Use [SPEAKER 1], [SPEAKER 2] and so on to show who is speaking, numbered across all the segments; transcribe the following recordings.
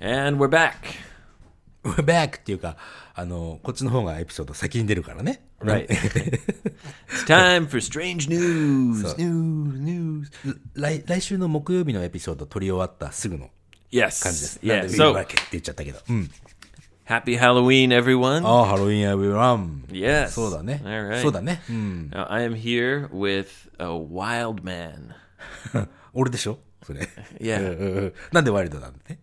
[SPEAKER 1] And we're back.
[SPEAKER 2] We're back っていうか、あの、こっちの方がエピソード先に出るからね。
[SPEAKER 1] Right. it's time for strange news. News, news.
[SPEAKER 2] 来来週の木曜日のエピソード撮り終わったすぐの
[SPEAKER 1] Yes.
[SPEAKER 2] 感じです。なん
[SPEAKER 1] Yeah.
[SPEAKER 2] でウィルバ
[SPEAKER 1] So
[SPEAKER 2] ーケって言っちゃったけど。うん。
[SPEAKER 1] happy Halloween, everyone.
[SPEAKER 2] ああ、ハロウィンアウィラン。
[SPEAKER 1] Yes.
[SPEAKER 2] そうだね。
[SPEAKER 1] All right.
[SPEAKER 2] そうだね。うん。
[SPEAKER 1] Now, I am here with a wild man.
[SPEAKER 2] 俺でしょそれ。
[SPEAKER 1] Yeah.
[SPEAKER 2] うんうんうんなんでワイルドなんだね。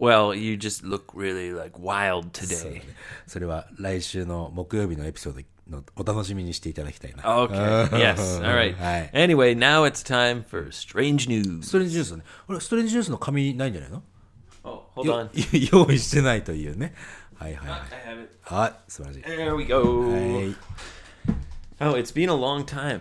[SPEAKER 1] Well, you just look really like wild
[SPEAKER 2] そうだ
[SPEAKER 1] today.
[SPEAKER 2] ねそれは来週の木曜日のエピソードのお楽しみにしていただきたいな。
[SPEAKER 1] Okay. yes. All right.
[SPEAKER 2] Hi.
[SPEAKER 1] Anyway, now it's time for strange news.
[SPEAKER 2] ストレンジジュースね。俺、ストレンジジュースの紙ないんじゃないの
[SPEAKER 1] Oh, hold
[SPEAKER 2] よ
[SPEAKER 1] on.
[SPEAKER 2] 用意してないというね。はいはいはい
[SPEAKER 1] I。have it.
[SPEAKER 2] はい、素晴らしい。
[SPEAKER 1] There we go.
[SPEAKER 2] はい
[SPEAKER 1] Oh, it's been a long time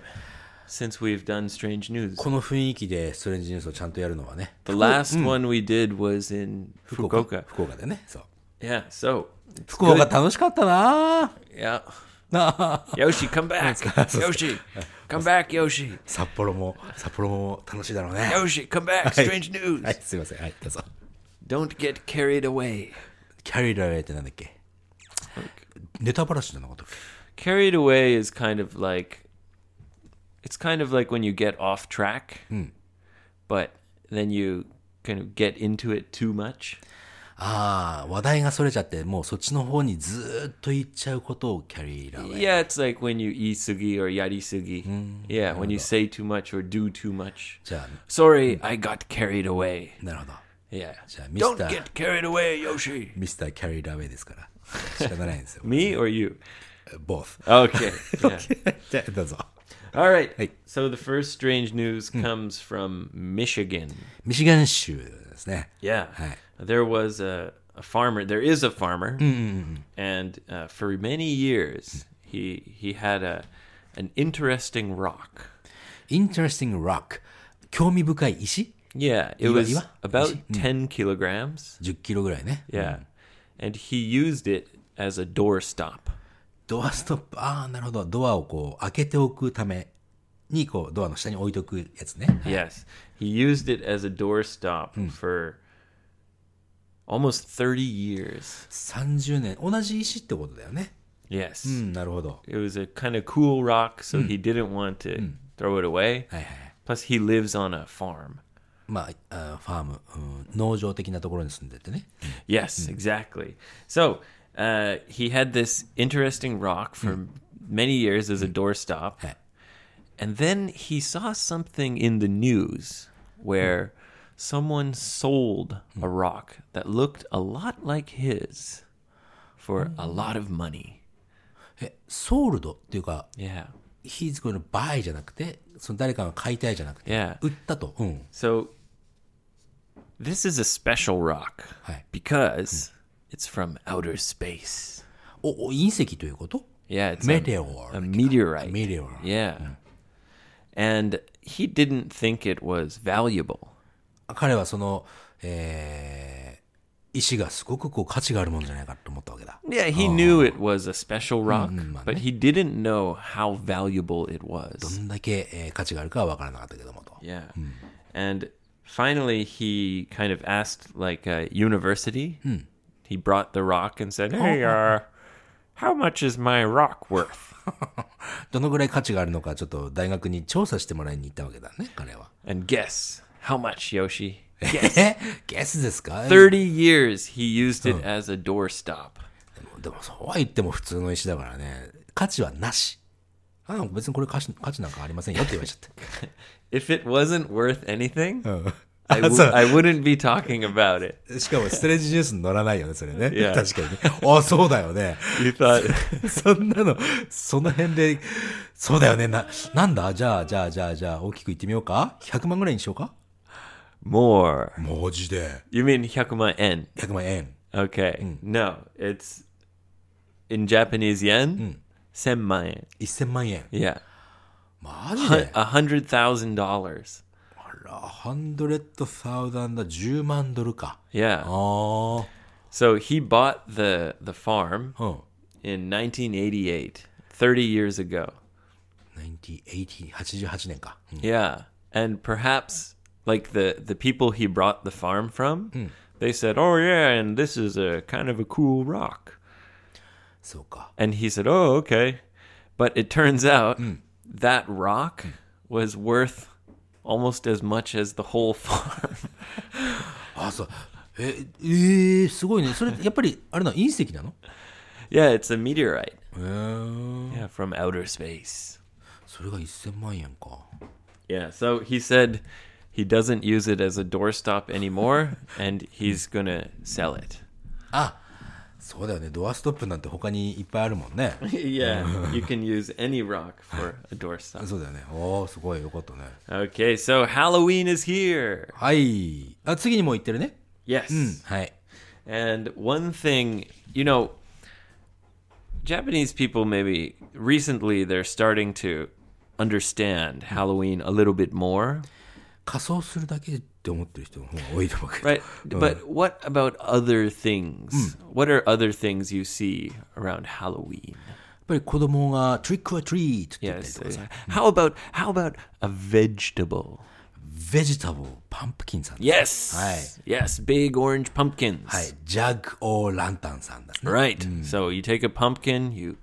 [SPEAKER 1] since we've done strange news.
[SPEAKER 2] この雰囲気でストレンジニュースをちゃんとやるのはね。
[SPEAKER 1] The last one we did was in
[SPEAKER 2] 福
[SPEAKER 1] Mm. Fukuoka.
[SPEAKER 2] 岡。福岡でね。そう。
[SPEAKER 1] Yeah, so
[SPEAKER 2] 福岡楽しかったな
[SPEAKER 1] yeah.
[SPEAKER 2] なあ
[SPEAKER 1] Yoshi, come back. Yoshi, come back, Yoshi.
[SPEAKER 2] 札幌も、札幌も楽しいだろうね。
[SPEAKER 1] Yoshi, come back. Strange news.
[SPEAKER 2] はい、すいません。はい、どうぞ。
[SPEAKER 1] Don't get carried away.
[SPEAKER 2] キャリーラーってなんだっけネタバラシじゃなかったっけ
[SPEAKER 1] Carried away is kind of like it's kind of like when you get off track, but then you kind of get into it too much.
[SPEAKER 2] ああ、話題がそれちゃって、もうそっちの方にずーっと行っちゃうことをキャリーラーへ
[SPEAKER 1] Yeah, it's like when you isugi or yarisugi. yeah, when you say too much or do too much.
[SPEAKER 2] じゃ
[SPEAKER 1] Sorry, I got carried away.
[SPEAKER 2] あ、なるほど。
[SPEAKER 1] Yeah.
[SPEAKER 2] So,
[SPEAKER 1] Don't
[SPEAKER 2] Mr.
[SPEAKER 1] get carried away, Yoshi.
[SPEAKER 2] ミスターキャリーラーウェイですから。仕方ないんですよ。
[SPEAKER 1] Me or you?
[SPEAKER 2] both。
[SPEAKER 1] Okay. yeah.
[SPEAKER 2] じゃあ、どうぞ。
[SPEAKER 1] All right.
[SPEAKER 2] Hey.
[SPEAKER 1] So the first strange news comes from Michigan.
[SPEAKER 2] ミシガン州ですね。
[SPEAKER 1] Yeah.
[SPEAKER 2] Hey.
[SPEAKER 1] There was a, a farmer. There is a farmer, and uh, for many years he he had a an interesting rock.
[SPEAKER 2] Interesting Rock 興味深い石
[SPEAKER 1] Yeah, it
[SPEAKER 2] Iwa-
[SPEAKER 1] was
[SPEAKER 2] iwa?
[SPEAKER 1] about
[SPEAKER 2] Ishi?
[SPEAKER 1] ten kilograms.
[SPEAKER 2] 10キロぐらいね
[SPEAKER 1] Hmm. Yeah, and he used it as a doorstop.
[SPEAKER 2] ドアストップああなるほどドアをこう開けておくためにこうドアの下に置いとくやつね
[SPEAKER 1] Yes, he used it as a doorstop for almost thirty years.
[SPEAKER 2] 30年同じ石ってことだよね
[SPEAKER 1] Yes.
[SPEAKER 2] うんなるほど
[SPEAKER 1] Hmm. It was a kind of cool rock, so he didn't want to throw it away.
[SPEAKER 2] はいはいはい
[SPEAKER 1] Plus, he lives on a farm.
[SPEAKER 2] まああーファーム、うん農場的なところに住んでてね
[SPEAKER 1] Yes,
[SPEAKER 2] Hmm.
[SPEAKER 1] exactly. So uh, he had this interesting rock for many years as a doorstop.
[SPEAKER 2] Hmm. Hey.
[SPEAKER 1] And then he saw something in the news where
[SPEAKER 2] Hmm.
[SPEAKER 1] someone sold a rock that looked a lot like his for
[SPEAKER 2] Hmm.
[SPEAKER 1] a lot of money.
[SPEAKER 2] えソールドっていうか
[SPEAKER 1] Yeah.
[SPEAKER 2] He's going to buy じゃなくてその誰かが買いたいじゃなくて
[SPEAKER 1] Yeah.
[SPEAKER 2] 売ったと、うん、
[SPEAKER 1] So this is a special rock
[SPEAKER 2] はい Hmm.
[SPEAKER 1] because it's from outer space.
[SPEAKER 2] おお隕石ということ
[SPEAKER 1] Yeah, it's a-
[SPEAKER 2] Meteor.
[SPEAKER 1] a meteorite.
[SPEAKER 2] Meteor.
[SPEAKER 1] Yeah. And he didn't think it was valuable.
[SPEAKER 2] 彼はその、えー石がすごくこう価値があるもんじゃないかと思ったわけだ
[SPEAKER 1] Yeah, he knew it was a special rock, but he didn't know how valuable it
[SPEAKER 2] ど
[SPEAKER 1] was.
[SPEAKER 2] んだけ、えー価値があるかは分からなかったけどもと。
[SPEAKER 1] Yeah. And finally, he kind of asked like a university. He brought the rock and said, "Hey, uh, how much is my rock worth?"
[SPEAKER 2] どのぐらい価値があるのかちょっと大学に調査してもらいに行ったわけだね、彼は。
[SPEAKER 1] And guess how much, Yoshi?
[SPEAKER 2] えゲスですかで
[SPEAKER 1] 30 years he used it as a doorstop.
[SPEAKER 2] もでもそうは言っても普通の石だからね、価値はなし。あ別にこれ価値価値なんかありませんよって言われちゃって。
[SPEAKER 1] If it wasn't worth anything, I, w- I wouldn't be talking about it.
[SPEAKER 2] しかもストレージニュースに乗らないよね、それね。
[SPEAKER 1] Yeah.
[SPEAKER 2] 確かにね。あそうだよね。
[SPEAKER 1] You thought,
[SPEAKER 2] そんなの、その辺で、そうだよね。な、なんだじゃあ、じゃあ、じゃあ、じゃあ、大きく言ってみようか ?100 万ぐらいにしようか
[SPEAKER 1] more.
[SPEAKER 2] マジで。
[SPEAKER 1] You mean hyakuma en?
[SPEAKER 2] 100万円。
[SPEAKER 1] Okay. No, it's in Japanese yen, senmayen.
[SPEAKER 2] 1000万円。
[SPEAKER 1] Yeah.
[SPEAKER 2] マジで
[SPEAKER 1] A hundred thousand dollars.
[SPEAKER 2] あら、ハンドレッドサウダンダ、10万ドルか。
[SPEAKER 1] Yeah.
[SPEAKER 2] ああ、
[SPEAKER 1] So he bought the, the farm
[SPEAKER 2] うん。
[SPEAKER 1] in 1988, 30 years ago.
[SPEAKER 2] 1980、88年か。うん
[SPEAKER 1] Yeah. And perhaps like the the people he brought the farm from they said, "Oh yeah, and this is a kind of a cool rock."
[SPEAKER 2] そうか。
[SPEAKER 1] And he said, "Oh, okay." But it turns out that rock was worth almost as much as the whole farm.
[SPEAKER 2] あ、そう。え、えー、すごいね。 それ、やっぱり、あれな、隕石なの
[SPEAKER 1] yeah, it's a meteorite.
[SPEAKER 2] へえー。
[SPEAKER 1] Yeah, from outer space.
[SPEAKER 2] それが1000万円か。
[SPEAKER 1] Yeah, so he said he doesn't use it as a doorstop anymore and he's going to sell it.
[SPEAKER 2] あ、そうだよね。ドアストップなんて他にいっぱいあるもんね。
[SPEAKER 1] yeah, you can use any rock for a doorstop.
[SPEAKER 2] そうだよね。おー、すごい。よかったね。
[SPEAKER 1] Okay, so Halloween is here.
[SPEAKER 2] はい。あ、次にもう行ってるね。
[SPEAKER 1] Yes.
[SPEAKER 2] はい。
[SPEAKER 1] And one thing, you know, Japanese people maybe recently they're starting to understand Halloween a little bit more,
[SPEAKER 2] 仮装するだけって思ってる人の方が多いと思うけど。
[SPEAKER 1] right? But what about other things? What are other things you see around Halloween?
[SPEAKER 2] やっぱり子供が trick or treat って言ったり
[SPEAKER 1] Yes. Uh,
[SPEAKER 2] とかさ、
[SPEAKER 1] How about how about a vegetable?
[SPEAKER 2] vegetable パンプキンさん。は
[SPEAKER 1] Yes.
[SPEAKER 2] Hi.
[SPEAKER 1] Yes, big orange pumpkins.
[SPEAKER 2] い、jug or lantern さんだね。
[SPEAKER 1] Right. So you take a pumpkin, you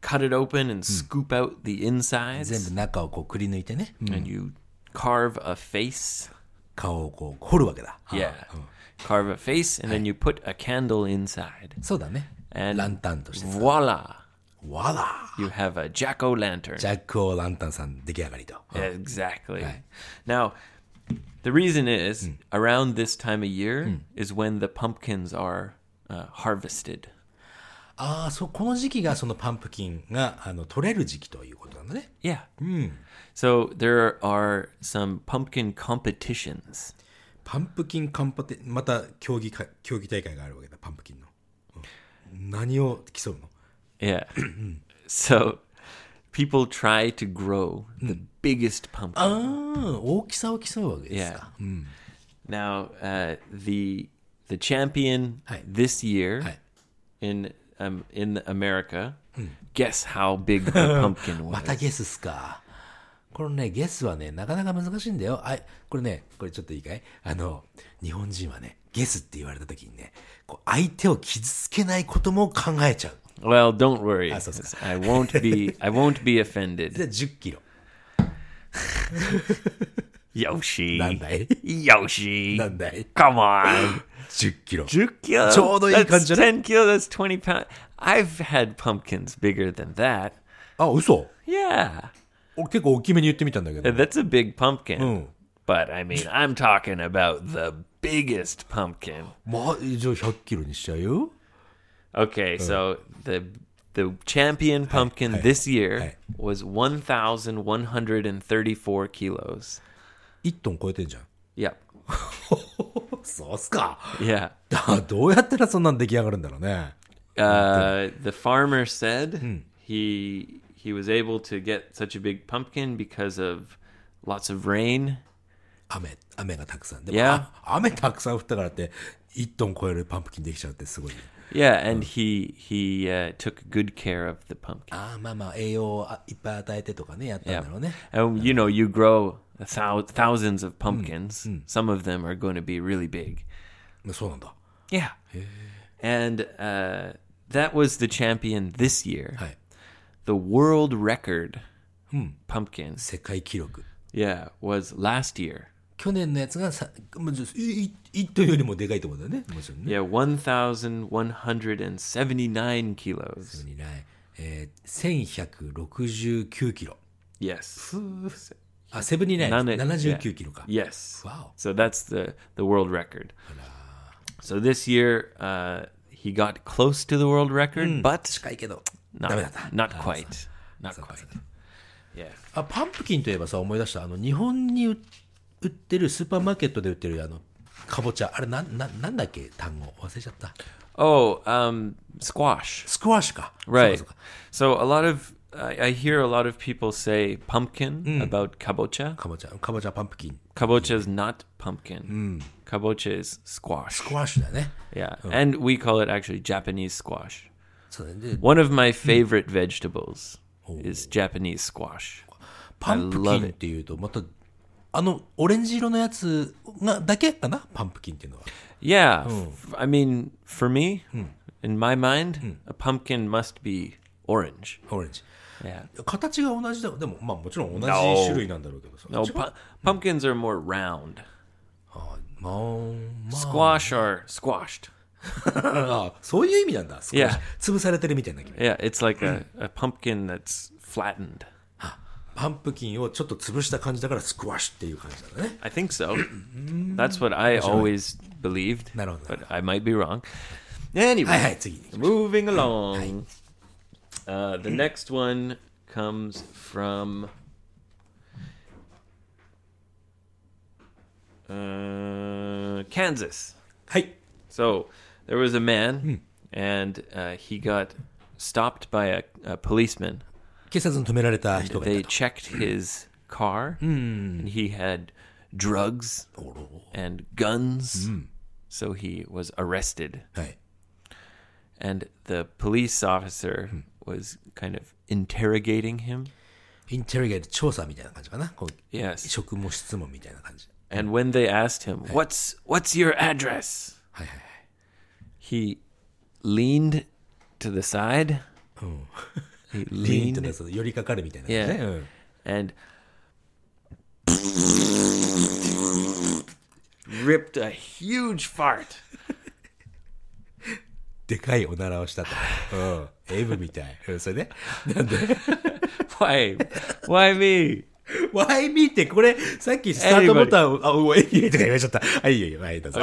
[SPEAKER 1] cut it open and scoop out the insides.
[SPEAKER 2] 全部中をこうくり抜いてね、
[SPEAKER 1] and you carve a face.
[SPEAKER 2] 顔をこう掘るわけだ。
[SPEAKER 1] Yeah. Carve a face and then you put a candle inside.
[SPEAKER 2] そうだね。
[SPEAKER 1] And
[SPEAKER 2] ランタンとして。
[SPEAKER 1] voila,
[SPEAKER 2] わら
[SPEAKER 1] you have a jack o' lantern.
[SPEAKER 2] !jack oh. or lantern さん出来上がりと。
[SPEAKER 1] Exactly. Now, the reason is around this time of year is when the pumpkins are uh, harvested.
[SPEAKER 2] ああ、そう、この時期がそのパンプキンがあの取れる時期ということなんだね。
[SPEAKER 1] Yeah. So there are some pumpkin competitions.
[SPEAKER 2] パンプキンカンパテ、また競技か、競技大会があるわけだ、パンプキンの。うん何を競うの
[SPEAKER 1] Yeah. so people try to grow the biggest pumpkin.
[SPEAKER 2] ああ、大きさを競うわけですか。
[SPEAKER 1] Yeah. Now uh, the the champion
[SPEAKER 2] Hi.
[SPEAKER 1] this year
[SPEAKER 2] はい。
[SPEAKER 1] in um, in America, guess how big the pumpkin
[SPEAKER 2] ま
[SPEAKER 1] was?
[SPEAKER 2] たゲスっすか。このね、ゲスはね、なかなか難しいんだよ。あい、これね、これちょっといいかいあの、日本人はね、ゲスって言われた時にね、こう相手を傷つけないことも考えちゃう。
[SPEAKER 1] Well, don't worry.
[SPEAKER 2] so- so-
[SPEAKER 1] I won't be I won't be
[SPEAKER 2] じ
[SPEAKER 1] offended.
[SPEAKER 2] ゃあ10キロ。
[SPEAKER 1] Yoshi.
[SPEAKER 2] なんだ い
[SPEAKER 1] Yoshi.
[SPEAKER 2] なんだい
[SPEAKER 1] Come on.
[SPEAKER 2] 10キロ。
[SPEAKER 1] 10 kilo.
[SPEAKER 2] ちょうどいい感じじゃない？
[SPEAKER 1] That's 10 kilo. That's 20 pounds. I've had pumpkins bigger than that.
[SPEAKER 2] あ、嘘
[SPEAKER 1] Yeah.
[SPEAKER 2] 俺結構大きめに言ってみたんだけど。
[SPEAKER 1] That's a big pumpkin.
[SPEAKER 2] Mm.
[SPEAKER 1] But I mean, I'm talking about the biggest pumpkin.
[SPEAKER 2] まあ、じゃあ100キロにしちゃうよ。
[SPEAKER 1] Okay, so the the champion pumpkin this year
[SPEAKER 2] hey.
[SPEAKER 1] was 1134 kilos.
[SPEAKER 2] 1トン超えてんじゃん。
[SPEAKER 1] Yep.
[SPEAKER 2] そうっすか。
[SPEAKER 1] Yeah.
[SPEAKER 2] だどうやったらそんなん出来上がるんだろうね。
[SPEAKER 1] Uh, the farmer said
[SPEAKER 2] Hmm.
[SPEAKER 1] he he was able to get such a big pumpkin because of lots of rain.
[SPEAKER 2] 雨、雨がたくさん。で
[SPEAKER 1] Yeah.
[SPEAKER 2] あ雨たくさん降ったからって、1トン超えるパンプキンできちゃうってすごいね。
[SPEAKER 1] Yeah,
[SPEAKER 2] Oh.
[SPEAKER 1] and he he uh, took good care of the pumpkin.
[SPEAKER 2] ああ、まあまあ、栄養をあいっぱい与えてとかね、やったんだろうね。
[SPEAKER 1] And you know, you grow a thou- thousands of pumpkins. Some of them are going to be really big.
[SPEAKER 2] まあそうなんだ。
[SPEAKER 1] Yeah. And uh, that was the champion this year.
[SPEAKER 2] はい。
[SPEAKER 1] The world record Hmm. pumpkin,
[SPEAKER 2] 世界記録。
[SPEAKER 1] yeah, was last year.
[SPEAKER 2] 去年のやつがさ、まあ、1トンよりもでかいってことだよね。もちろんね。
[SPEAKER 1] Yeah, 1,179 kilos.
[SPEAKER 2] にないえー、1169キロ。
[SPEAKER 1] Yes.
[SPEAKER 2] あ、セブンにない
[SPEAKER 1] なんで
[SPEAKER 2] 79キロか。
[SPEAKER 1] Yes.
[SPEAKER 2] Wow.
[SPEAKER 1] So that's the, the world record. So this year, uh, he got close to the world record, but
[SPEAKER 2] 近いけど。ダメだっ
[SPEAKER 1] not,
[SPEAKER 2] た。
[SPEAKER 1] not quite. Not
[SPEAKER 2] そうか
[SPEAKER 1] quite.
[SPEAKER 2] そうか
[SPEAKER 1] Yeah.
[SPEAKER 2] あパンプキンといえばさ思い出したあの日本に売売ってるスーパーマーケットで売ってるあのかぼちゃあれなんなんなんだっけ単語忘れちゃった
[SPEAKER 1] Oh, um, squash.
[SPEAKER 2] スクワッシュかそうか
[SPEAKER 1] Right.
[SPEAKER 2] そうか
[SPEAKER 1] So a lot of I, I hear a lot of people say pumpkin about kabocha.
[SPEAKER 2] かぼちゃかぼちゃパンプキン
[SPEAKER 1] Kabocha is not pumpkin. Kabocha is squash.
[SPEAKER 2] スクワッシュだよね
[SPEAKER 1] Yeah, and we call it actually Japanese squash.
[SPEAKER 2] そうだねで
[SPEAKER 1] One of my favorite Oh. vegetables is Japanese squash.
[SPEAKER 2] パンプ
[SPEAKER 1] I
[SPEAKER 2] キ
[SPEAKER 1] love
[SPEAKER 2] ン
[SPEAKER 1] it.
[SPEAKER 2] っていうとまたあのオレンジ色のやつがだけかなパンプキンっていうのは
[SPEAKER 1] Yeah. f- I mean, for me, in my mind, a pumpkin must be orange.
[SPEAKER 2] オレンジ
[SPEAKER 1] Yeah.
[SPEAKER 2] 形が同じだでもまあもちろん同じ
[SPEAKER 1] No.
[SPEAKER 2] 種類なんだろうけどさ
[SPEAKER 1] No, pu- pumpkins are more round.
[SPEAKER 2] あまあ
[SPEAKER 1] Squash are squashed.
[SPEAKER 2] あそういう意味なんだ少し
[SPEAKER 1] Yeah.
[SPEAKER 2] 潰されてるみたいな気分
[SPEAKER 1] Yeah, it's like a, a pumpkin that's flattened.
[SPEAKER 2] パンプキンをちょっと潰した感じだからスクワッシュっていう感じなんだね
[SPEAKER 1] I think so. That's what I always believed.
[SPEAKER 2] なるほど。
[SPEAKER 1] But I might be wrong. Anyway,
[SPEAKER 2] はいはい次
[SPEAKER 1] moving along. Uh, the next one comes from. Uh, Kansas.
[SPEAKER 2] はい
[SPEAKER 1] So there was a man, and uh, he got stopped by a, a policeman.
[SPEAKER 2] 警察に止められた人がい
[SPEAKER 1] They
[SPEAKER 2] た
[SPEAKER 1] checked his car, and he had drugs
[SPEAKER 2] とおろ
[SPEAKER 1] and guns. So he was arrested.
[SPEAKER 2] はい、
[SPEAKER 1] And the police officer was kind of interrogating him.
[SPEAKER 2] インテリゲート調査みたいな感じかなこう
[SPEAKER 1] Yes.
[SPEAKER 2] 職務質問みたいな感じ
[SPEAKER 1] And when they asked him, "What's what's your address?"
[SPEAKER 2] はいはいはい
[SPEAKER 1] He leaned to the side. He Oh. leaned
[SPEAKER 2] リーンとねその寄りかかるみたいな感
[SPEAKER 1] Yeah.
[SPEAKER 2] じね、うん
[SPEAKER 1] and ripped a huge fart.
[SPEAKER 2] でかいおならを したと、うん、エブみたい、うん、それで、ね、
[SPEAKER 1] Why? Why me?
[SPEAKER 2] Why me って、これ、さっきスタートボタンを、あ、おい、とか言われちゃった。はい、いいよ、いいよはい、どうぞ。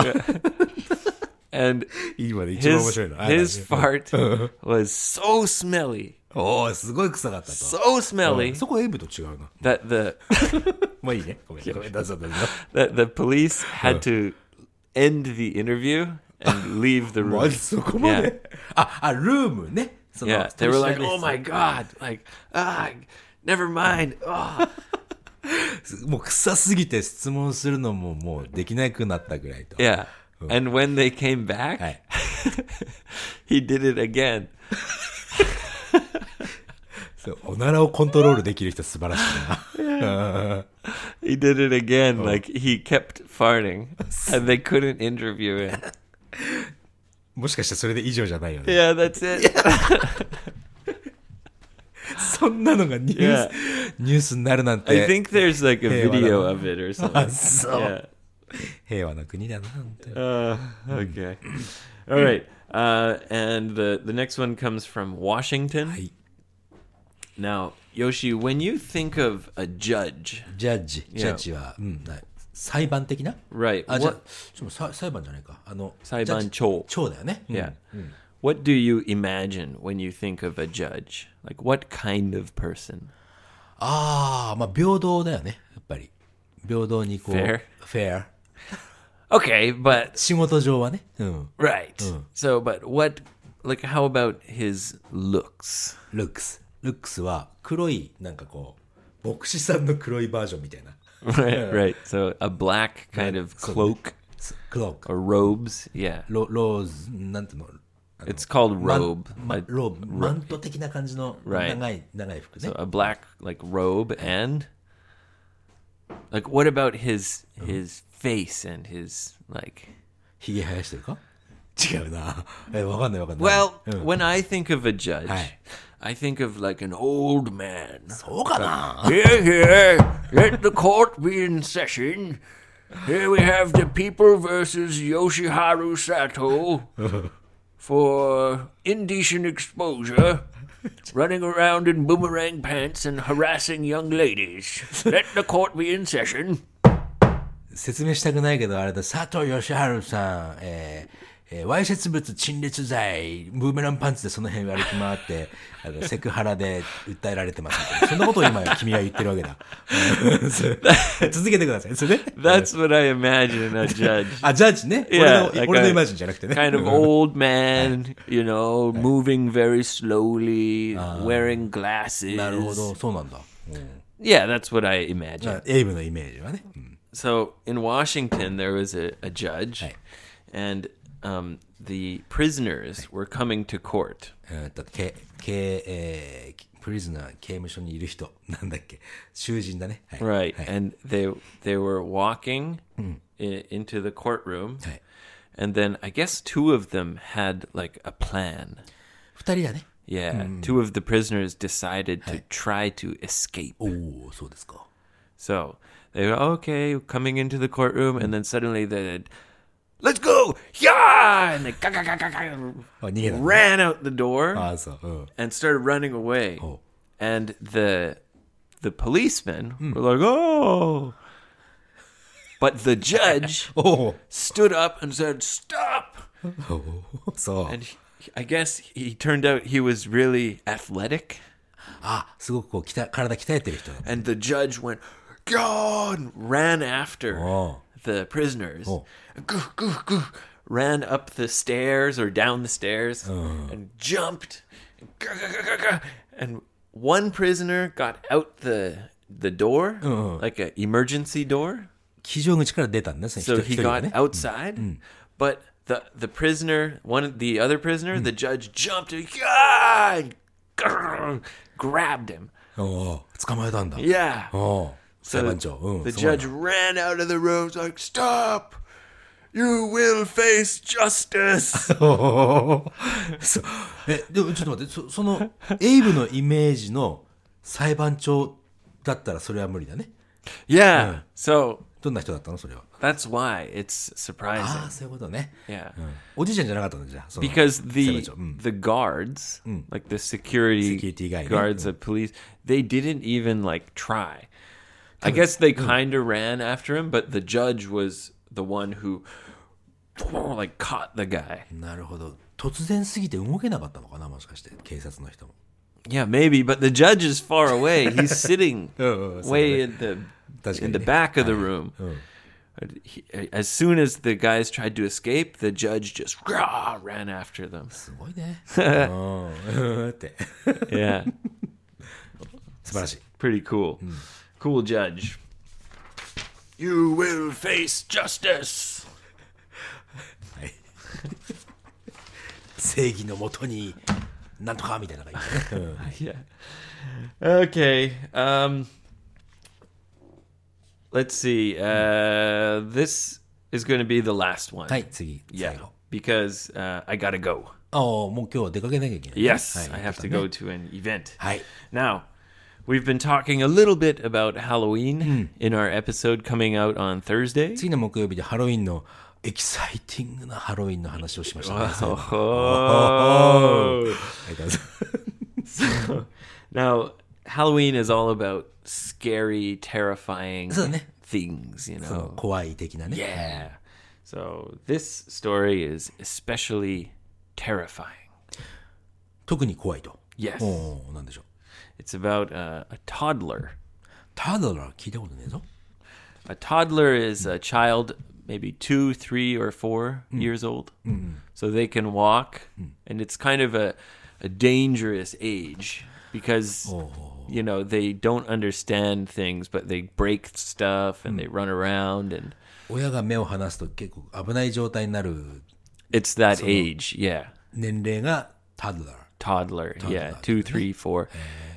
[SPEAKER 1] And
[SPEAKER 2] 今で一番面
[SPEAKER 1] his
[SPEAKER 2] 白いの。はい
[SPEAKER 1] his fart was so smelly,
[SPEAKER 2] おおすごい臭かったと。
[SPEAKER 1] Uh-huh. so
[SPEAKER 2] う
[SPEAKER 1] smelly
[SPEAKER 2] んそこエブと違うな。
[SPEAKER 1] that the
[SPEAKER 2] まあいいね。ごめん、ごめん、どうぞ、どうぞ。
[SPEAKER 1] that the police had to end the interview and leave the
[SPEAKER 2] ま
[SPEAKER 1] room.
[SPEAKER 2] ずそこまで。あ、あ、ルームね。その
[SPEAKER 1] Yeah, they were like,
[SPEAKER 2] 取り
[SPEAKER 1] "Oh
[SPEAKER 2] 調
[SPEAKER 1] my
[SPEAKER 2] べ室
[SPEAKER 1] god!" Like, ah, never mind. Ah.
[SPEAKER 2] もう臭すぎて質問するのももうできなくなったぐらいと。
[SPEAKER 1] Yeah. And when they came back,
[SPEAKER 2] はい。
[SPEAKER 1] he did it again.
[SPEAKER 2] そうおならをコントロールできる人素晴らしいな。
[SPEAKER 1] He did it again. Like he kept farting, and they couldn't interview him.
[SPEAKER 2] もしかしてそれで以上じゃないよね。
[SPEAKER 1] Yeah, that's it.
[SPEAKER 2] そんなのがニュース、ニュースになるなん
[SPEAKER 1] I
[SPEAKER 2] て、
[SPEAKER 1] think there's like a
[SPEAKER 2] Yeah, why
[SPEAKER 1] video
[SPEAKER 2] not?
[SPEAKER 1] of it or
[SPEAKER 2] あ
[SPEAKER 1] something.
[SPEAKER 2] そう
[SPEAKER 1] Yeah.
[SPEAKER 2] 平和な国だな、本当に
[SPEAKER 1] Uh, okay. All right. Uh, and the the next one comes from Washington.
[SPEAKER 2] はい。
[SPEAKER 1] Now, Yoshi, when you think of a judge,
[SPEAKER 2] ジャッジ、
[SPEAKER 1] Yeah.
[SPEAKER 2] ジャッジは、うん、な裁判的な
[SPEAKER 1] right?
[SPEAKER 2] あ、じゃ
[SPEAKER 1] What
[SPEAKER 2] ちょっとさ裁判じゃないか。あの、
[SPEAKER 1] 裁
[SPEAKER 2] ジャッ
[SPEAKER 1] 判
[SPEAKER 2] ジ
[SPEAKER 1] 長
[SPEAKER 2] 長だよね。うん
[SPEAKER 1] Yeah. What do you imagine when you think of a judge? Like what kind of person?
[SPEAKER 2] ああ、まあ平等だよね、やっぱり。平等にこう、
[SPEAKER 1] Fair
[SPEAKER 2] フェア。
[SPEAKER 1] Okay, but
[SPEAKER 2] 仕事上はね。うん。
[SPEAKER 1] right. So, but what like how about his looks?
[SPEAKER 2] ルックス。ルックスは黒い、なんかこう、牧師さんの黒いバージョンみたいな。
[SPEAKER 1] Right, right. So a black kind of cloak
[SPEAKER 2] すクローク。
[SPEAKER 1] or robes. Yeah.
[SPEAKER 2] ロローズ、なんていうの
[SPEAKER 1] It's called
[SPEAKER 2] マン
[SPEAKER 1] robe.
[SPEAKER 2] ま
[SPEAKER 1] Like,
[SPEAKER 2] ローブ、マント的な感じの
[SPEAKER 1] Right
[SPEAKER 2] 長い、長い服ね。
[SPEAKER 1] a black like robe and like what about his his face and his like
[SPEAKER 2] ひげ生やしてるか違うな。え、わかんないわかんない。
[SPEAKER 1] Well,
[SPEAKER 2] うん
[SPEAKER 1] when I think of a judge,
[SPEAKER 2] Hi.
[SPEAKER 1] I think of like an old man.
[SPEAKER 2] そうかな
[SPEAKER 1] Here, here, let the court be in session. Here we have the people versus Yoshiharu Sato for indecent exposure, running around in boomerang pants and harassing young ladies. Let the court be in session.
[SPEAKER 2] 説明したくないけど、あれだ、佐藤義治さん、えー、えー、わいせつ物陳列罪、ブーメランパンツでその辺歩き回って、あの、セクハラで訴えられてますみたいな。そんなことを今、君は言ってるわけだ。 うんそう続けてください。それね。
[SPEAKER 1] That's what I imagine a judge.
[SPEAKER 2] あ、ジャッジね。
[SPEAKER 1] Yeah,
[SPEAKER 2] 俺
[SPEAKER 1] like
[SPEAKER 2] の、俺の
[SPEAKER 1] a
[SPEAKER 2] イマジンじゃなくてね。
[SPEAKER 1] kind of
[SPEAKER 2] うん
[SPEAKER 1] old man, you know, moving very slowly, wearing
[SPEAKER 2] なるほ
[SPEAKER 1] glasses.
[SPEAKER 2] ど、そうなんだ。
[SPEAKER 1] Yeah, that's what I imagine.
[SPEAKER 2] エイブのイメージはね。うん
[SPEAKER 1] So in Washington, there was a, a judge, and um, the prisoners were coming to court.
[SPEAKER 2] えーっと、け、け、えーきプリズナー、刑務所にいる人、なんだっけ、囚人だね。はい。
[SPEAKER 1] Right. And they they were walking i- into the courtroom.
[SPEAKER 2] Right.
[SPEAKER 1] And then I guess two of them had like a plan.
[SPEAKER 2] 二人だね。
[SPEAKER 1] Yeah. Two of the prisoners decided to try to escape.
[SPEAKER 2] おお、そうですか。
[SPEAKER 1] So they were okay coming into the courtroom, and then suddenly they, let's go, yeah, and they ga, ga, ga, ga, ga,
[SPEAKER 2] あ、逃げた、ね。
[SPEAKER 1] ran out the door
[SPEAKER 2] あ、そう。うん。
[SPEAKER 1] and started running away.
[SPEAKER 2] お
[SPEAKER 1] And the the policemen were like, oh, but the judge
[SPEAKER 2] おー
[SPEAKER 1] stood up and said, stop.
[SPEAKER 2] おーそう。
[SPEAKER 1] And he- I guess he turned out he was really athletic,
[SPEAKER 2] あ、すごくこう、きた体鍛えてる人だ。
[SPEAKER 1] and the judge went, go, and ran after.
[SPEAKER 2] おー
[SPEAKER 1] the prisoners
[SPEAKER 2] Oh.
[SPEAKER 1] goo, goo, goo, ran up the stairs or down the stairs and jumped and, gah, gah, gah, gah, gah. and one prisoner got out the the door like an emergency door
[SPEAKER 2] 非常口から出たんですね。
[SPEAKER 1] so
[SPEAKER 2] 一
[SPEAKER 1] he
[SPEAKER 2] 人一人が
[SPEAKER 1] got
[SPEAKER 2] ね。
[SPEAKER 1] outside but the the prisoner one of the other prisoner the judge jumped and, "Gah!" and grrr, grabbed him
[SPEAKER 2] おおー捕まえたんだ。
[SPEAKER 1] yeah
[SPEAKER 2] おおー裁
[SPEAKER 1] So
[SPEAKER 2] 判長。うん。
[SPEAKER 1] the
[SPEAKER 2] すごいな
[SPEAKER 1] judge ran out of the room, was like, "Stop! You will face justice."
[SPEAKER 2] そうえでもちょっと待ってそそのエイブのイメージの裁判長だったらそれは無理だね
[SPEAKER 1] yeah. So
[SPEAKER 2] どんな人だったのそれは
[SPEAKER 1] that's why it's surprising.
[SPEAKER 2] ああそういうことね、
[SPEAKER 1] yeah.
[SPEAKER 2] うんおじいちゃんじゃなかったんだじゃあその
[SPEAKER 1] Because
[SPEAKER 2] 裁
[SPEAKER 1] the
[SPEAKER 2] 判長、うん、
[SPEAKER 1] the guards, like the security,
[SPEAKER 2] mm. Security guy, yeah.
[SPEAKER 1] guards of police, they didn't even like try. I guess they
[SPEAKER 2] Mm.
[SPEAKER 1] kind of ran after him, but the judge was the one who like caught the guy.
[SPEAKER 2] なるほど突然すぎて動けなかったのかなもしかして警察の人も
[SPEAKER 1] Yeah, maybe, but the judge is far away. He's sitting
[SPEAKER 2] Oh, oh,
[SPEAKER 1] way in the
[SPEAKER 2] That's
[SPEAKER 1] in the
[SPEAKER 2] good, yeah.
[SPEAKER 1] back of the room.
[SPEAKER 2] Oh.
[SPEAKER 1] He- As soon as the guys tried to escape, the judge just rah, ran after them.
[SPEAKER 2] すごいねうんうんって
[SPEAKER 1] Yeah,
[SPEAKER 2] 素晴らしい
[SPEAKER 1] pretty cool.
[SPEAKER 2] Hmm.
[SPEAKER 1] Cool judge. You will face justice.
[SPEAKER 2] 正義のもとになんとかみたいなのがいいね、うん
[SPEAKER 1] Yeah. Okay. Um let's see. Uh this is going to be the last one.
[SPEAKER 2] はい次
[SPEAKER 1] Yeah,
[SPEAKER 2] 最後
[SPEAKER 1] because uh, I gotta go.
[SPEAKER 2] ああもう今日は出かけなきゃいけないね、
[SPEAKER 1] Yes,
[SPEAKER 2] はい
[SPEAKER 1] I have to go to an event.
[SPEAKER 2] はい。
[SPEAKER 1] Now, we've been talking a little bit about Halloween in our episode coming out on Thursday.
[SPEAKER 2] 次の木曜日でハロウィンのエキサイティングなハロウィンの話をし ましたね。そうは
[SPEAKER 1] Oh.
[SPEAKER 2] いどうぞ
[SPEAKER 1] Now, Halloween is all about scary, terrifying
[SPEAKER 2] そうだね。
[SPEAKER 1] things, you
[SPEAKER 2] あの
[SPEAKER 1] know.
[SPEAKER 2] 怖い的なね。
[SPEAKER 1] Yeah. So, this story is especially terrifying.
[SPEAKER 2] 特に怖いと。
[SPEAKER 1] Yes.
[SPEAKER 2] おお、なんでしょう。
[SPEAKER 1] It's about uh, a toddler.
[SPEAKER 2] タドラー聞いたことねえぞ。
[SPEAKER 1] A toddler is a child, maybe two, three, or four years old. So they can walk, and it's kind of a, a dangerous age because, you know, they don't understand things, but they break stuff and they run around, and
[SPEAKER 2] 親が目を離すと結構危ない状態になる
[SPEAKER 1] it's that age. Yeah.
[SPEAKER 2] 年齢がタドラー。
[SPEAKER 1] Toddler. Yeah. Two, three, four.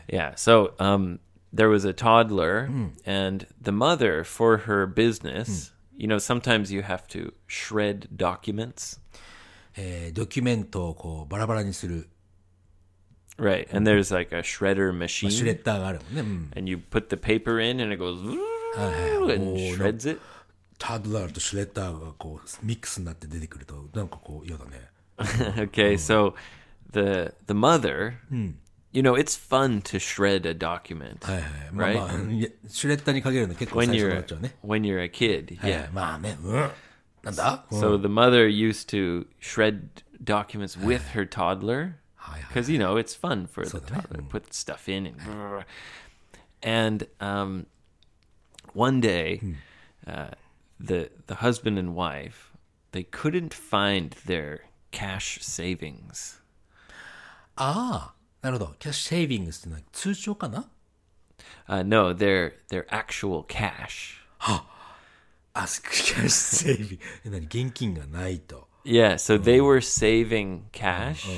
[SPEAKER 1] Yeah. So um, there was a toddler, and the mother, for her business, you know, sometimes you have to shred documents.
[SPEAKER 2] えードキュメントをこうバラバラにする
[SPEAKER 1] Right. And there's like a shredder
[SPEAKER 2] シ
[SPEAKER 1] Mm-hmm.
[SPEAKER 2] ュ
[SPEAKER 1] machine.
[SPEAKER 2] レッダーがあるもんね。うん、
[SPEAKER 1] And you put the paper in and it goes Ah, and shreds it.
[SPEAKER 2] タドラーとシュレッダーがこうミックスになって出てくるとなんかこう嫌だね。
[SPEAKER 1] okay, so the the mother you know, it's fun to shred a document
[SPEAKER 2] はいはい。まあ、まあ、いやシュレッダーにかけるの結構
[SPEAKER 1] when
[SPEAKER 2] 最初にな
[SPEAKER 1] you're
[SPEAKER 2] っちゃうね。
[SPEAKER 1] when you're Ah, a eh? Ah. kid.
[SPEAKER 2] い
[SPEAKER 1] Yeah.
[SPEAKER 2] やまあね、うん。なんだ、うん
[SPEAKER 1] So the mother used to shred documents with her toddler
[SPEAKER 2] はいはい。
[SPEAKER 1] because you know it's fun for the
[SPEAKER 2] that, yeah.
[SPEAKER 1] toddler put stuff in and and um, one day uh, the the husband and wife they couldn't find their cash savings
[SPEAKER 2] ああ、なるほど。キャッシュセービングスってのは通帳かな
[SPEAKER 1] uh, no their their actual cash
[SPEAKER 2] あ、すキャッシュセービング。え何現金がないと。
[SPEAKER 1] Yeah, so they were saving cash,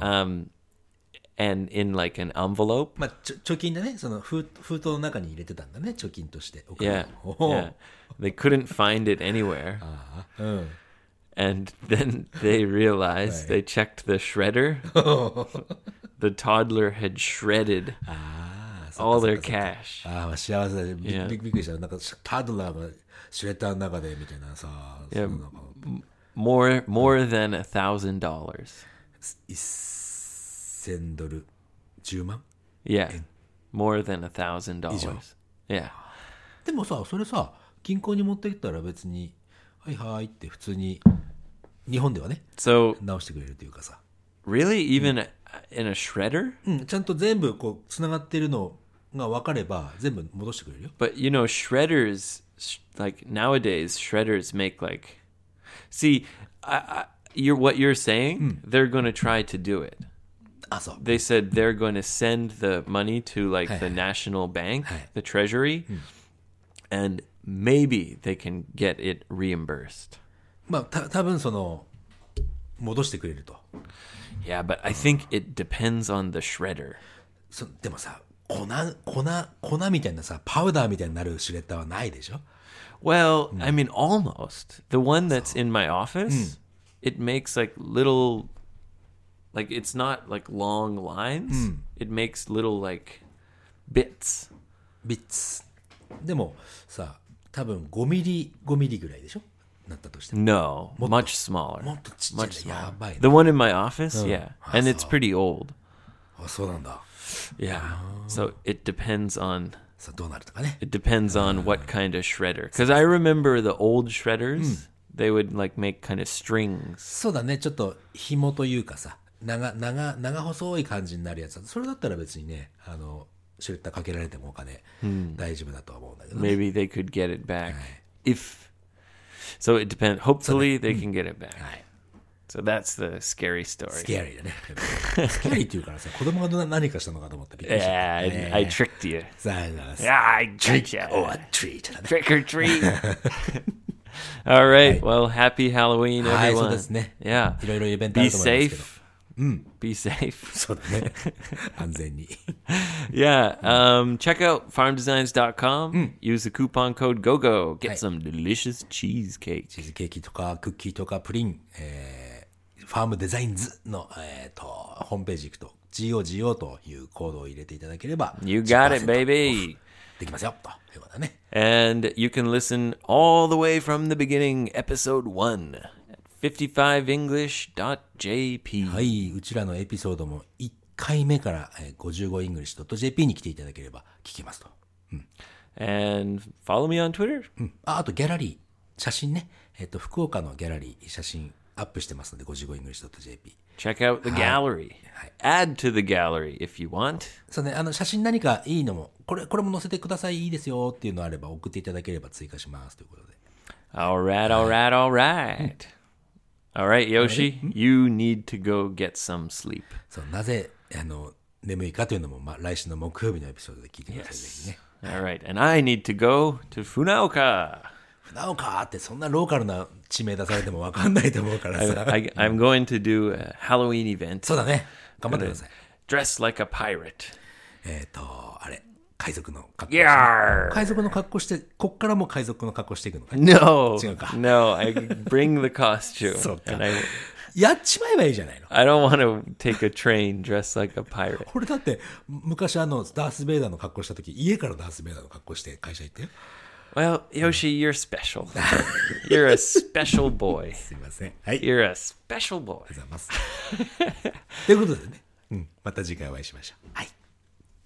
[SPEAKER 1] um, and in like an envelope.
[SPEAKER 2] まあ、ちょ貯金だねその封封筒の中に入れてたんだね貯金としてお金
[SPEAKER 1] Yeah,
[SPEAKER 2] をお
[SPEAKER 1] yeah.
[SPEAKER 2] う
[SPEAKER 1] They couldn't find it anywhere,
[SPEAKER 2] うん
[SPEAKER 1] and then they realized they checked the shredder. the toddler had shredded
[SPEAKER 2] Ah, ああそ
[SPEAKER 1] all their cash.
[SPEAKER 2] ああまあ幸せだしびっ
[SPEAKER 1] Yeah.
[SPEAKER 2] びっくりしたなんかタドラーがシュレッダーの中でみたいなさそ
[SPEAKER 1] Yeah.
[SPEAKER 2] のなんか
[SPEAKER 1] More, more than a thousand dollars.
[SPEAKER 2] 1000ドル10万
[SPEAKER 1] Yeah, more than a thousand dollars. Yeah,
[SPEAKER 2] でもさそれさ銀行に持ってきたら別に「はいはい」って普通に日本ではね
[SPEAKER 1] so
[SPEAKER 2] 直してくれるというかさ、
[SPEAKER 1] really, even in a shredder.
[SPEAKER 2] うん、ちゃんと全部こうつながってるのが分かれば全部戻してくれるよ
[SPEAKER 1] But you know, shredders sh- like nowadays, shredders make like. See, I, I, you're what you're saying. They're going to try to do it.
[SPEAKER 2] あそう
[SPEAKER 1] They said they're going to send the money to like
[SPEAKER 2] Hi,
[SPEAKER 1] the
[SPEAKER 2] hi.
[SPEAKER 1] national bank,
[SPEAKER 2] Hi.
[SPEAKER 1] the treasury, and maybe they can get it reimbursed.
[SPEAKER 2] まあた多分その戻してくれると
[SPEAKER 1] Yeah, but I think it depends on the shredder.
[SPEAKER 2] そでもさ粉粉粉みたいなさパウダーみたいになるシュレッダーはないでしょ
[SPEAKER 1] Well, I mean, almost. The one that's in my office, it makes like little, like it's not like long lines. It makes little like bits.
[SPEAKER 2] ビッツでもさ多分5ミリ5ミリぐらいでしょなったとしても
[SPEAKER 1] No, much smaller.
[SPEAKER 2] もっとちっちゃ
[SPEAKER 1] Much
[SPEAKER 2] いのや
[SPEAKER 1] smaller.
[SPEAKER 2] ばいね
[SPEAKER 1] The Oh. one in my office, yeah.
[SPEAKER 2] I
[SPEAKER 1] And it's
[SPEAKER 2] saw.
[SPEAKER 1] pretty old.
[SPEAKER 2] あそうなんだ
[SPEAKER 1] Yeah. So it depends on
[SPEAKER 2] さあどうなるとかね
[SPEAKER 1] it depends on what kind of shredder. Because I remember the old shredders, they would like make kind of strings.
[SPEAKER 2] そうだねちょっと紐というかさ長長長細い感じになるやつそれだったら別にねあのシュレッダーかけられてもお金、大丈夫だとは思うんだけどね
[SPEAKER 1] maybe they could get it back if so mm. it depends hopefully they can get it back
[SPEAKER 2] はい。
[SPEAKER 1] so that's the scary story
[SPEAKER 2] スケアリーだね。スケアリーっていうからさ、子供がな何かしたのかと思ってびっくりした。
[SPEAKER 1] yeah I, I tricked you
[SPEAKER 2] さあ、だからさ
[SPEAKER 1] yeah Ah, i tricked you
[SPEAKER 2] Oh, a treat だね。
[SPEAKER 1] trick or treat all right well happy halloween
[SPEAKER 2] はい、
[SPEAKER 1] everyone
[SPEAKER 2] そうですね。
[SPEAKER 1] yeah
[SPEAKER 2] いろいろイベントあ
[SPEAKER 1] be
[SPEAKER 2] ると思いますけど。
[SPEAKER 1] safe be safe
[SPEAKER 2] そうだ ね。安全に。
[SPEAKER 1] yeah um check out farmdesigns.com use the coupon code gogo get some delicious cheesecake
[SPEAKER 2] チーズケーキとかクッキーとかプリン、えーファームデザインズの、えー、とホームページ行くと GOGO というコードを入れていただければ
[SPEAKER 1] you got it
[SPEAKER 2] 10%
[SPEAKER 1] baby
[SPEAKER 2] できますよということだね
[SPEAKER 1] And you can listen all the way from the beginning, episode one, at 55english.jp.
[SPEAKER 2] はいうんうちらのエピソードも1回目から、えー、55english.jp に来ていただければ聞けますと
[SPEAKER 1] And follow me on Twitter.
[SPEAKER 2] ああとギャラリー写真ねえっ、と福岡のギャラリー写真アップしてますので 55english.jp
[SPEAKER 1] Check out the gallery. Add to the gallery if you want.
[SPEAKER 2] そうね、あの写真何かいいのもこれこれも載せてくださいいいですよっていうのあれば送っていただければ追加しますということで
[SPEAKER 1] All right, all right, all right. All right, Yoshi, you need to go get some sleep.
[SPEAKER 2] そうなぜあの眠いかというのも、まあ、来週の木曜日のエピソードで聞いてください、ぜひね。
[SPEAKER 1] All right, and I need to go to Funaoka.
[SPEAKER 2] なおかってそんなローカルな地名出されても分かんないと思うからさ。
[SPEAKER 1] I, I'm going to do a Halloween event.
[SPEAKER 2] そうだね。頑張ってください。
[SPEAKER 1] Dress like a pirate.
[SPEAKER 2] えっ、と、あれ、海賊の格好。
[SPEAKER 1] Yarr!
[SPEAKER 2] 海賊の格好して、こっからも海賊の格好していく のか。
[SPEAKER 1] No,
[SPEAKER 2] 違うか。
[SPEAKER 1] no. I bring the costume,
[SPEAKER 2] そうか。
[SPEAKER 1] and I,
[SPEAKER 2] やっちまえばいいじゃないの。
[SPEAKER 1] I don't want to take a train dressed like a pirate.
[SPEAKER 2] 俺だって、昔あの、ダース・ベイダーの格好した時、家からダース・ベイダーの格好して会社行ってよ。
[SPEAKER 1] Well, Yoshi, you're special. You're a special boy.
[SPEAKER 2] すいません。はい。ありがと
[SPEAKER 1] You're a special boy.
[SPEAKER 2] うございます。ということでね、うん、また次回お会いしましょう。